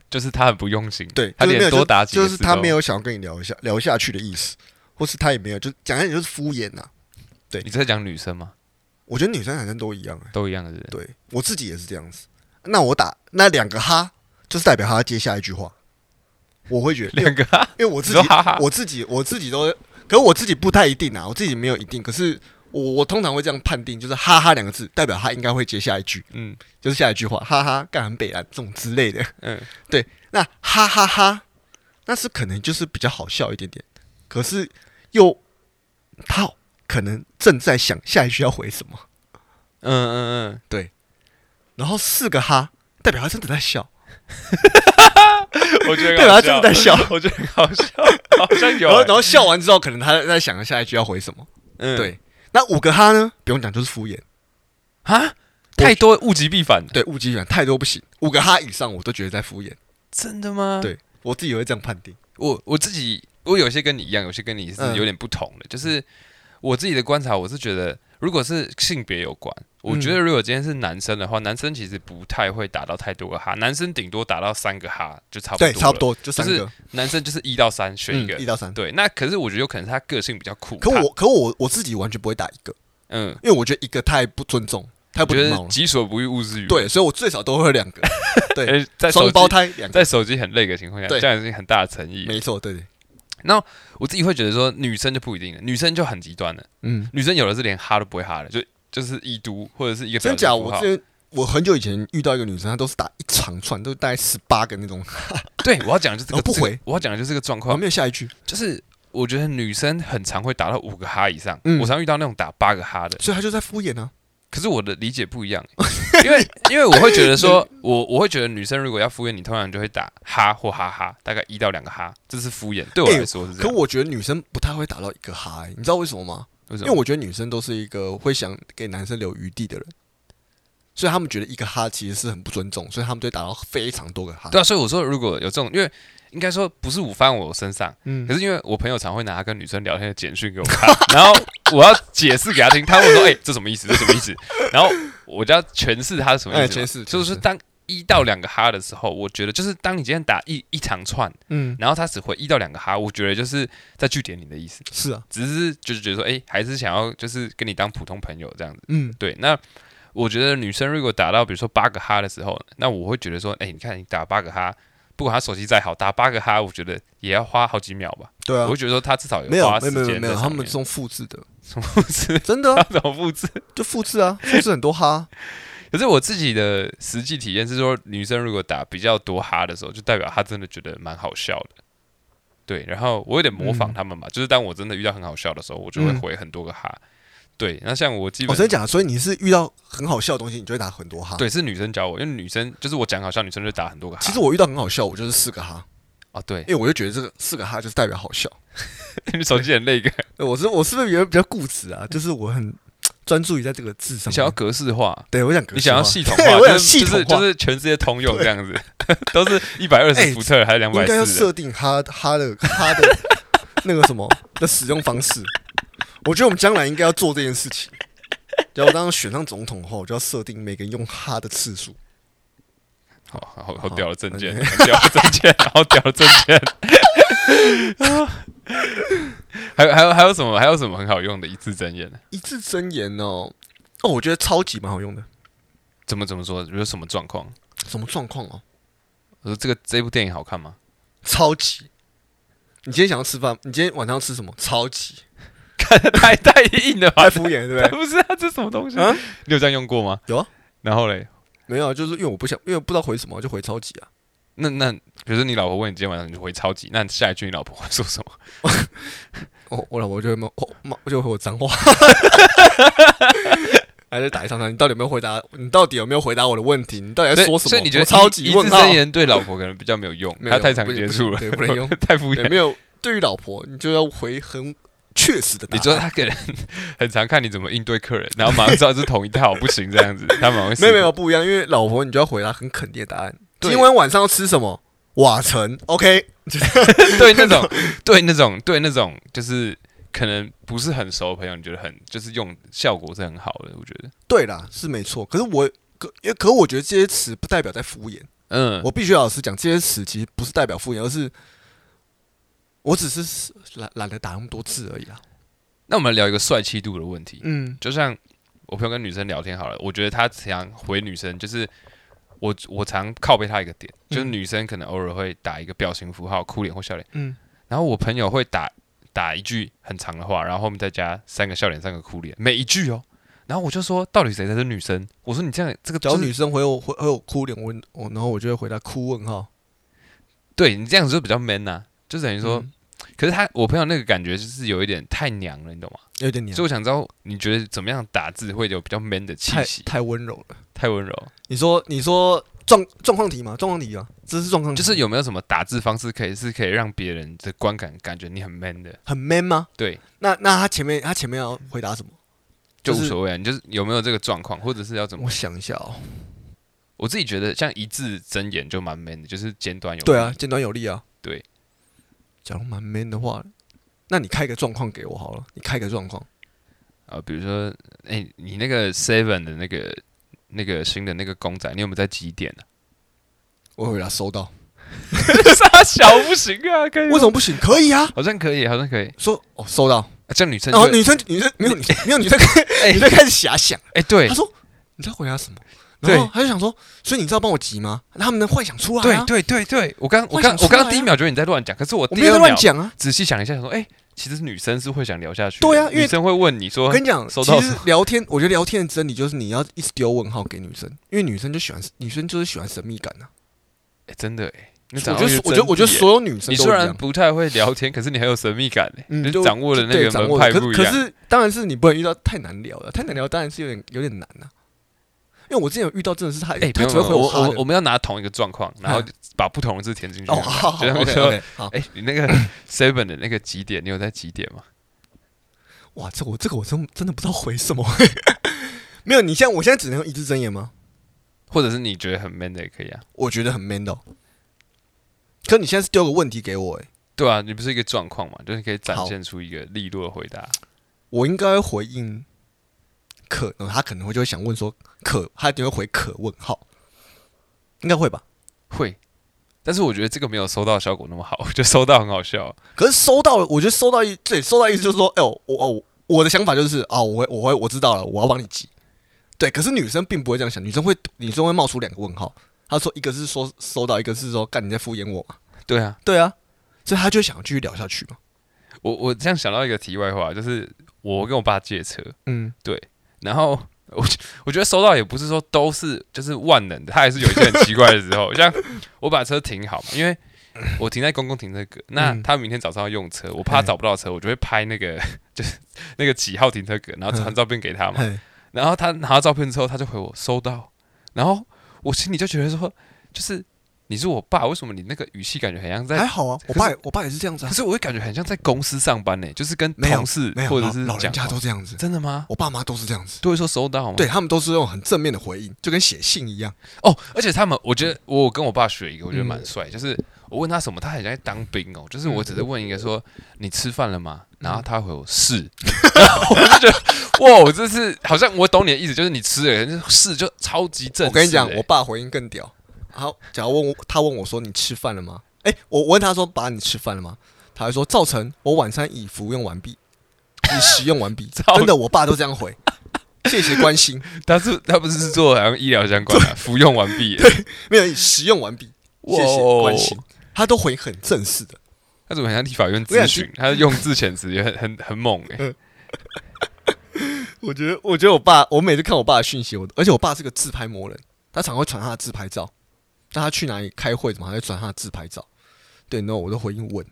S1: 就是他很不用心，
S2: 对，
S1: 他
S2: 就是没
S1: 连
S2: 有
S1: 多
S2: 就
S1: 打几个
S2: 就
S1: 字
S2: 是他
S1: 都
S2: 没。有想要跟你聊一下聊下去的意思，或是他也没有，就讲来就是敷衍呐、
S1: 你在讲女生吗？
S2: 我觉得女生男生都一样、欸，
S1: 都一样的人。
S2: 对我自己也是这样子。那我打那两个哈，就是代表他要接下一句话，我会觉得，因为
S1: 两个哈，
S2: 因为我自己
S1: 你说哈哈
S2: 我自己我自己都，可我自己不太一定啊，我自己没有一定，可是我我通常会这样判定，就是哈哈两个字代表他应该会接下一句，
S1: 嗯
S2: 就是下一句话，哈哈，干很北啊这种之类的。
S1: 嗯，
S2: 对，那哈哈哈那是可能就是比较好笑一点点，可是又他可能正在想下一句要回什么，
S1: 嗯嗯嗯，
S2: 然后四个哈代表他真的在笑，
S1: 我觉 得很
S2: 代表
S1: 好
S2: 啊他
S1: 笑
S2: 真的在笑，
S1: 我觉得很好笑，好像有
S2: 然后
S1: 欸、
S2: 然后笑完之后，可能他在想下一句要回什么。
S1: 嗯，
S2: 对，那五个哈呢，不用讲就是敷衍，
S1: 啊，太多物极必反，
S2: 对，物极必反，太多不行，五个哈以上我都觉得在敷衍，
S1: 真的吗？
S2: 对我自己会这样判定。
S1: 我我自己，我有些跟你一样，有些跟你是
S2: 嗯
S1: 有点不同的，就是我自己的观察，我是觉得，如果是性别有关，我
S2: 嗯
S1: 觉得如果今天是男生的话，男生其实不太会打到太多个哈，男生顶多打到三个哈就差不多，
S2: 对，差不，多就三
S1: 是
S2: 个，
S1: 男生就是一到三选一
S2: 嗯
S1: 个。，
S2: 一到三。
S1: 对，那可是我觉得有可能是他个性比较酷。
S2: 可
S1: 他
S2: 我可我我自己完全不会打一个，
S1: 嗯，
S2: 因为我觉得一个太不尊重，太
S1: 我
S2: 不
S1: 觉
S2: 礼貌
S1: 得
S2: 了。
S1: 己所不欲，勿施于人。
S2: 对，所以我最少都会有两个，对
S1: 而且 在手
S2: 双
S1: 机
S2: 胞胎两个，
S1: 在手机很累的情况下，
S2: 对
S1: 这样已经很大的诚意了。
S2: 没错，对对，
S1: 我自己会觉得说，女生就不一定了，女生就很极端了。
S2: 嗯，
S1: 女生有的是连哈都不会哈的，就就是已读或者是一个表
S2: 真
S1: 情
S2: 假？
S1: 符
S2: 我
S1: 号
S2: 之前我很久以前遇到一个女生，她都是打一长串，都是大概十八个那种，
S1: 啊对我要讲的就是这个
S2: 哦不回
S1: 这个我要讲的就是这个状
S2: 我
S1: 况，
S2: 没有下一句，
S1: 就是我觉得女生很常会打到五个哈以上，
S2: 嗯
S1: 我常遇到那种打八个哈的，
S2: 所以她就在敷衍啊。
S1: 可是我的理解不一样， 因为因为我会觉得说，我我会觉得女生如果要敷衍你，通常就会打哈或哈哈，大概一到两个哈，这是敷衍，对我
S2: 哎
S1: 来说是这
S2: 可
S1: 样。
S2: 我觉得女生不太会打到一个哈、欸你知道为什么吗？
S1: 为什
S2: 因
S1: 么
S2: 为我觉得女生都是一个会想给男生留余地的人，所以他们觉得一个哈其实是很不尊重，所以他们就会打到非常多个哈。
S1: 对啊，所以我说如果有这种，因为应该说不是午饭我身上，
S2: 嗯
S1: 可是因为我朋友常会拿他跟女生聊天的简讯给我 看，然后我要解释给他听，他会说：“哎、这什么意思？这什么意思？”然后我就要诠释他是什么意思嘛。
S2: 哎诠释诠释
S1: 就是当一到两个哈的时候，我觉得就是当你今天打一一长串，
S2: 嗯，
S1: 然后他只回一到两个哈，我觉得就是在据点你的意思，
S2: 是啊，
S1: 只是就是觉得说，哎、还是想要就是跟你当普通朋友这样子。
S2: 嗯，
S1: 对，那我觉得女生如果打到比如说八个哈的时候，那我会觉得说，哎、你看你打八个哈，不管她手机再好，打八个哈，我觉得也要花好几秒吧。
S2: 对啊
S1: 我会，觉得说她至少
S2: 没有
S1: 花
S2: 没
S1: 时
S2: 有没有
S1: 间在
S2: 没有，他
S1: 上
S2: 们
S1: 面
S2: 是。用复制的，
S1: 复制，
S2: 真的
S1: 他
S2: 啊，
S1: 怎么复制？
S2: 就复制啊，复制很多 哈，
S1: 可是我自己的实际体验是说，女生如果打比较多哈的时候，就代表她真的觉得蛮好笑的。对，然后我有点模仿他们嘛，就是当我真的遇到很好笑的时候，我就会
S2: 嗯
S1: 回很多个哈。对，那像我基
S2: 我
S1: 本、
S2: 哦真的讲，所以你是遇到很好笑的东西，你就会打很多哈。，
S1: 对是女生教我，因为女生就是我讲好笑，女生就打很多个哈。
S2: 其实我遇到很好笑，我就是四个哈，
S1: 哦，对
S2: 因，为我就觉得这个四个哈就是代表好笑。
S1: 你手机很那个，
S2: 对我是我是不是也比较固执啊？就是我很专注于在这个字上
S1: 你
S2: 面。
S1: 想要格式化，
S2: 对我想格
S1: 你
S2: 式
S1: 想要
S2: 化
S1: 系统
S2: 对
S1: 化，
S2: 我
S1: 就
S2: 想
S1: 是
S2: 系
S1: 就
S2: 统
S1: 是
S2: 化
S1: 就，是全世界通用这样子， 都是一百二
S2: 哎
S1: 十伏特还是两
S2: 我
S1: 百
S2: 应该要
S1: 四？
S2: 设定哈哈的哈的那个什么 的使用方式。我觉得我们将来应该要做这件事情。然后我当选上总统后，我就要设定每个人用哈的次数。
S1: 好哦好好屌的证件，
S2: OK
S1: 好屌的证件，好屌的证件。还有还有还有什么还有什么很好用的一字真言呢？
S2: 一字真言哦，哦，我觉得超级蛮好用的。
S1: 怎么怎么说？有什么状况？
S2: 什么状况哦？
S1: 我说这个这部电影好看吗？
S2: 超级。你今天想要吃饭？你今天晚上要吃什么？超级，
S1: 看的太太硬了吧
S2: 太？敷衍了，对不
S1: 不
S2: 对？
S1: 是啊，这什么东西？
S2: 啊
S1: 你有这样用过吗？
S2: 有啊。
S1: 然后嘞，
S2: 没有啊，就是因为我不想，因为不知道回什么，就回超级啊。
S1: 那那比如说你老婆问你今天晚上你就回超级，那下一句你老婆会说什么？
S2: 哦，我老婆就会骂，哦骂，就会回我 脏话，还是打一上来，你到底有没有回答？你到底有没有回答我的问题？你到底
S1: 所
S2: 在
S1: 以
S2: 哎说什么？
S1: 所以你觉得
S2: 我超
S1: 一
S2: 级
S1: 一
S2: 问
S1: 字
S2: 号
S1: 真？言对老婆可能比较没有用，
S2: 没有
S1: 她太常
S2: 不
S1: 接触了，。
S2: 不对，不能用
S1: 太敷
S2: 对，
S1: 衍
S2: 没。有。对于老婆，你就要回很确实的答
S1: 你
S2: 案。
S1: 知道他可能 很常看你怎么应对客人，然后马上知道是同一套，不行这样子，他马上会
S2: 没有
S1: 思
S2: 没有不一样，因为老婆你就要回答很肯定的答案。
S1: 对
S2: 今晚晚上要吃什么？瓦城，OK，
S1: 考对那种对那种对那种就是可能不是很熟的朋友，你觉得很就是用效果是很好的，我觉得，
S2: 对啦，是没错。可是我可也可我觉得这些词不代表在敷衍，
S1: 嗯，
S2: 我必须老实讲，这些词其实不是代表敷衍，而是我只是懒懒得打那么多字而已啊啦。
S1: 那我们来聊一个帅气度的问题，
S2: 嗯，
S1: 就像我朋友跟女生聊天好了，我觉得他常回女生就是。我我常靠背他一个点，就是
S2: 嗯
S1: 女生可能偶尔会打一个表情符号，哭脸或笑脸，
S2: 嗯，
S1: 然后我朋友会打打一句很长的话，然后后面再加三个笑脸、三个哭脸，每一句哦。然后我就说，到底谁才是女生？我说你这样这个
S2: 只要
S1: 就是
S2: 女生回我回回我哭脸问我，然后我就会回答哭问号。
S1: 对你这样子就比较 man 呐、就等于
S2: 你
S1: 说，可是他我朋友那个感觉就是有一点太娘了，你懂吗？
S2: 有点娘
S1: 所以，我想知道你觉得怎么样打字会有比较 man 的气
S2: 太
S1: 息，
S2: 太温柔了。
S1: 太温柔，
S2: 你说你说状状况题吗？状况题啊，这是状况题，
S1: 就是有没有什么打字方式可以是可以让别人的观感感觉你很 man 的？
S2: 很 man 吗？
S1: 对，
S2: 那那他前面他前面要回答什么？
S1: 就
S2: 就
S1: 无
S2: 是
S1: 所谓啊，你就是有没有这个状况，或者是要怎么
S2: 我想一下哦。
S1: 我自己觉得像一字真言就蛮 man 的，就是简短有力
S2: 对啊，，简短有力啊。
S1: 对，
S2: 假如蛮 man 的话，那你开个状况给我好了。你开个状况，
S1: 啊、比如说，哎、你那个 Seven 的那个那个新的那个公仔，你有没有在几 点呢、啊
S2: 我回答收到。
S1: 傻小不行啊，可以
S2: 为什么不行？可以啊。
S1: 好像可以，好像可以。
S2: 说哦，收到。
S1: 啊、这样女生
S2: 然
S1: 就
S2: 后
S1: 会，
S2: 女生女生没有女没有女生开
S1: 哎
S2: 女生开始遐想，
S1: 哎、对
S2: 她说你在回答什么？
S1: 对
S2: 然后她就想说，所以你知道帮我急吗？那他们能幻想出来
S1: 对
S2: 啊。
S1: 对对对，我刚我
S2: 我
S1: 刚
S2: 想
S1: 我刚
S2: 出
S1: 刚
S2: 来
S1: 第一
S2: 啊
S1: 秒觉得你在乱讲，可是我
S2: 我
S1: 第
S2: 没有
S1: 二
S2: 在乱
S1: 秒
S2: 讲啊。
S1: 仔细想一下，想说，哎、其实女生是会想聊下去的。
S2: 对啊因为
S1: 女生会问你
S2: 我
S1: 说
S2: 跟，你讲，
S1: 收
S2: 其
S1: 到
S2: 实聊天，我觉得聊天的真理就是你要一直丢问号给女生，因为女生就喜欢女生就是喜欢神秘感啊。
S1: 哎、真的哎、你
S2: 我
S1: 掌
S2: 觉
S1: 握
S2: 得
S1: 一个
S2: 我觉
S1: 真
S2: 得我觉
S1: 谛
S2: 得
S1: 哎
S2: 所有女生
S1: 你
S2: 都
S1: 虽
S2: 一
S1: 然
S2: 样
S1: 不太会聊天，可是你很有神秘感、哎，
S2: 嗯，
S1: 你
S2: 就
S1: 掌握了那
S2: 对
S1: 个
S2: 掌
S1: 门
S2: 握
S1: 派
S2: 了
S1: 不一
S2: 可可
S1: 样。
S2: 是，当然是你不能遇到太难聊了，太难聊当然是有点有点难啊。因为我之前有遇到，真的是他，
S1: 哎、没
S2: 他
S1: 有
S2: 只
S1: 没
S2: 会
S1: 有
S2: 回
S1: 我
S2: 哈的
S1: 我我们要拿同一个状况，然后
S2: 嗯
S1: 把不同的字填进去。
S2: 哦，好好
S1: 就像
S2: OK
S1: 说
S2: OK 好，
S1: 哎、你那个 Seven 的那个几点？你有在几点吗？
S2: 哇，这我这个我真真的不知道回什么。没有，你现在我现在只能用一字真言吗？
S1: 或者是你觉得很 man 的也可以啊。
S2: 我觉得很 man 的哦、可你现在是丢个问题给我、欸，
S1: 对啊，你不是一个状况嘛，就是可以展
S2: 好
S1: 现出一个利落的回答。
S2: 我应该会回应可，然后他可能会就会想问说可，他一定会回可问号，应该会吧？
S1: 会，但是我觉得这个没有收到效果那么好，我 觉得收到很好笑。
S2: 可是收到了，我觉得收到一对收到意思就是说，哎呦，我哦，我的想法就是哦，我会我会我知道了，我要帮你急。对，可是女生并不会这样想，女生会女生会冒出两个问号，她说一个是说收到，一个是说干你在敷衍我嘛？
S1: 对啊，
S2: 对啊，所以她就想继续聊下去嘛。
S1: 我我这样想到一个题外话，就是我跟我爸借车，
S2: 嗯，
S1: 然后 我觉我觉得收到也不是说都是就是万能的，他还是有一些很奇怪的时候。 像我把车停好嘛，因为我停在公共停车格，那
S2: 嗯
S1: 他明天早上要用车，我怕他找不到车，我就会拍那个 就是那个几号停车格，然后传照片给他嘛。
S2: 嘿，
S1: 然后他拿到照片之后，他就回我收到，然后我心里就觉得说，就是你是我爸，为什么你那个语气感觉很像在
S2: 还好啊，我爸也我爸也是这样子啊
S1: 可，是我会感觉很像在公司上班呢、欸就是跟
S2: 没有
S1: 同事
S2: 没有
S1: 或者
S2: 老
S1: 是
S2: 老人
S1: 讲
S2: 家
S1: 话
S2: 都这样子，
S1: 真的吗？
S2: 我爸妈都是这样子，
S1: 都会说收到吗？
S2: 对他们都是用很正面的回应，就跟写信一样。
S1: 哦，而且他们，我觉得我跟我爸学一个，我觉得蛮
S2: 嗯
S1: 帅，就是我问他什么，他很像在当兵哦，就是我只是问一个说你吃饭了吗？然后他回我
S2: 嗯
S1: 是， 然后我就觉得哇，我这是好像我懂你的意思，就是你吃了就是是就超级正式欸、
S2: 我跟你讲，我爸回应更屌。然后，假如问我，他问我说：“你吃饭了吗？”哎、我我问他说：“爸，你吃饭了吗？”他还说：“造成我晚餐已服用完 毕，已食用完毕。”
S1: 造
S2: 真的，我爸都这样回。谢谢关心，
S1: 他是他不是做好像医疗相关 的、服用完毕欸、
S2: 没有已食用完毕，谢谢
S1: 哇
S2: 关心。他都回很正式的，
S1: 他怎么很像立法院
S2: 我
S1: 咨
S2: 想去
S1: 询？他的用字遣词也很 很很猛哎、
S2: 我觉得，我觉得我爸，我每次看我爸的讯息，我而且我爸是个自拍魔人，他常会传他的自拍照。但他去哪里开会，怎么还会传他的自拍照？对，然后我都回应问，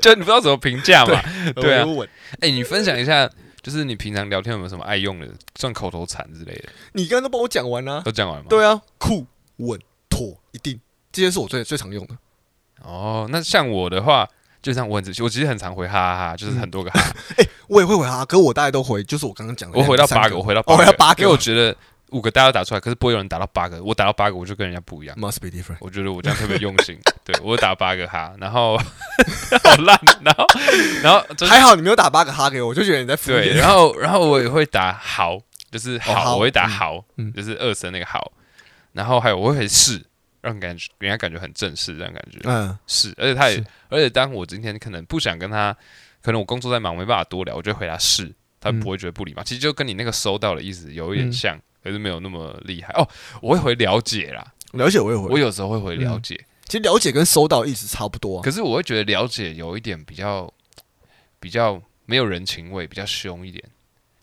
S1: 就你不知道怎么评价嘛？ 对啊
S2: 我就问。
S1: 哎、你分享一下，就是你平常聊天有没有什么爱用的，算口头禅之类的，
S2: 你刚刚都帮我讲完啦、
S1: 都讲完了吗？。
S2: 对啊，酷、稳、妥，一定，这些是我最最常用的。
S1: 哦，那像我的话，就像我很仔细，我其实很常回哈哈哈，就是很多个哈。
S2: 我也会回啊，可我大概都回，就是我刚刚讲的
S1: 我
S2: 两
S1: 回
S2: 个，
S1: 到八
S2: 嗯三
S1: 个，啊
S2: 个
S1: 我回到
S2: 哦回到八
S1: 因为我
S2: 个
S1: 觉得五个大家都打出来，可是不会有人打到八个，我打到八个我就跟人家不一样。
S2: ，must be different。
S1: 我觉得我这样特别用心， 对我打八个哈，然后 好烂，然后然后就是
S2: 还好你没有打八个哈给我，我就觉得你在敷
S1: 对，
S2: 衍。
S1: 然后然后我也会打豪，就是好，
S2: 豪
S1: 我会打豪，
S2: 哦嗯
S1: 就是二声那个豪。然后还有我会是，让感觉人家感觉很正式，这样感觉
S2: 嗯，
S1: 是。而且他也
S2: 是，
S1: 而且当我今天可能不想跟他，可能我工作在忙，没办法多聊，我就回答是，他
S2: 嗯
S1: 不会觉得不礼貌。其实就跟你那个收到的意思有一点
S2: 嗯
S1: 像，可是没有那么厉害哦。我会回了解啦，
S2: 了解我也嗯
S1: 我
S2: 回，
S1: 有时候会回了解，
S2: 其实了解跟收到意思差不多啊。
S1: 可是我会觉得了解有一点比较比较没有人情味，比较凶一点，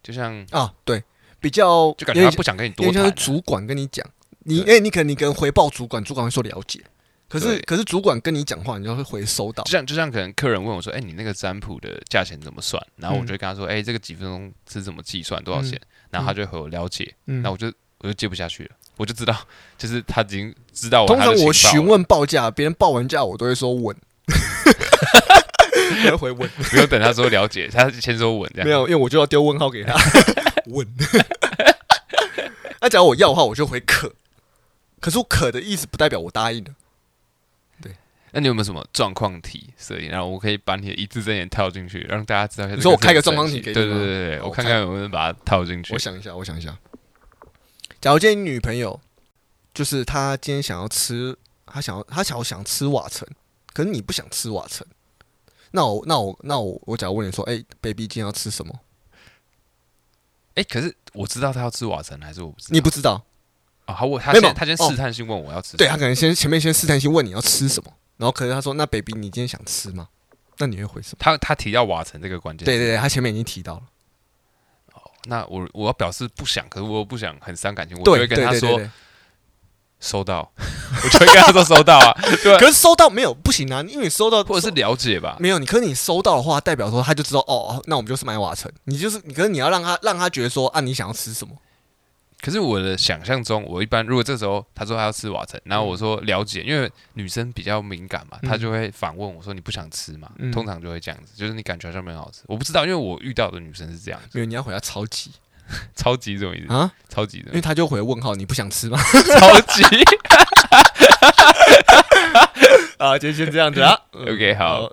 S1: 就像。
S2: 啊，对，比较
S1: 就感觉他不想跟你
S2: 因
S1: 多
S2: 为
S1: 谈
S2: 像
S1: 啊、
S2: 是主管跟你讲，你哎，你可能你可能回报主管，主管会说了解，可是
S1: 对
S2: 可是主管跟你讲话，你就会回收到
S1: 啊就。像就像可能客人问我说：“哎、你那个占卜的价钱怎么算？”然
S2: 嗯
S1: 后我就会跟他说：“哎、这个几分钟是怎么计算，多少钱？”然后他就会回我了解，
S2: 嗯
S1: 那我就我就接不下去了，我就知道，就是他已经知道我
S2: 通
S1: 他的
S2: 常
S1: 情报
S2: 我
S1: 啊
S2: 询
S1: 了，
S2: 问报价，别人报完价，我都会说 稳，我会
S1: 啊
S2: 回稳。
S1: 不用等他说了解，他先说稳这样。
S2: 没有，因为我就要丢问号 给他问。 那假如我要的话，我就回可。可是我可的意思不代表我答应的。
S1: 那你有没有什么状况题设计？然后我可以把你的一字真言套进去，让大家知道一下这
S2: 你说我
S1: 是
S2: 开个
S1: 什么
S2: 状况
S1: 东西
S2: 题给你
S1: 对对
S2: 吗
S1: 对对对，
S2: 好
S1: 我看
S2: 开
S1: 看能不能把它套进去
S2: 我。想一下，我想一下。假如今天你女朋友，就是她今天想要吃，她想要她想要想吃瓦城，可是你不想吃瓦城，那我那我那我我假如问你说，哎、b a b y 今天要吃什么？
S1: 哎、可是我知道他要吃瓦城还是我不知道？
S2: 你不知道，
S1: 哦，好，我他
S2: 没有
S1: 先他先
S2: 哦
S1: 试探性问我要吃什么，
S2: 对他啊可能先前面先试探性问你要吃什么，然后可是他说，那 baby 你今天想吃吗？那你会回什么？
S1: 他他提到瓦城这个关键，
S2: 对对对，他前面已经提到了。
S1: 那我我要表示不想，可是我又不想很伤感情，我就
S2: 对
S1: 会跟他
S2: 对对对
S1: 说
S2: 对
S1: 收到， 我就会跟他说收到啊，对，
S2: 可是收到没有不行啊，因为你收到
S1: 或者是了解吧，
S2: 啊没有你，可是你收到的话，代表说他就知道哦，哦那我们就是买瓦城。你就是你，可是你要让他让他觉得说啊，你想要吃什么？
S1: 可是我的想象中，我一般如果这时候他说他要吃瓦城，然后我说了解，因为女生比较敏感嘛，
S2: 嗯
S1: 她就会反问我说你不想吃嘛，
S2: 嗯
S1: 通常就会这样子，就是你感觉好像没有很好吃，我不知道，因为我遇到的女生是这样子，
S2: 没有，你要回答超级，
S1: 超级什么意思？
S2: 啊，
S1: 超级的
S2: 因为，他就回问号，你不想吃吗？
S1: 超级。
S2: 啊，就先这样子啊。 哦
S1: OK，好，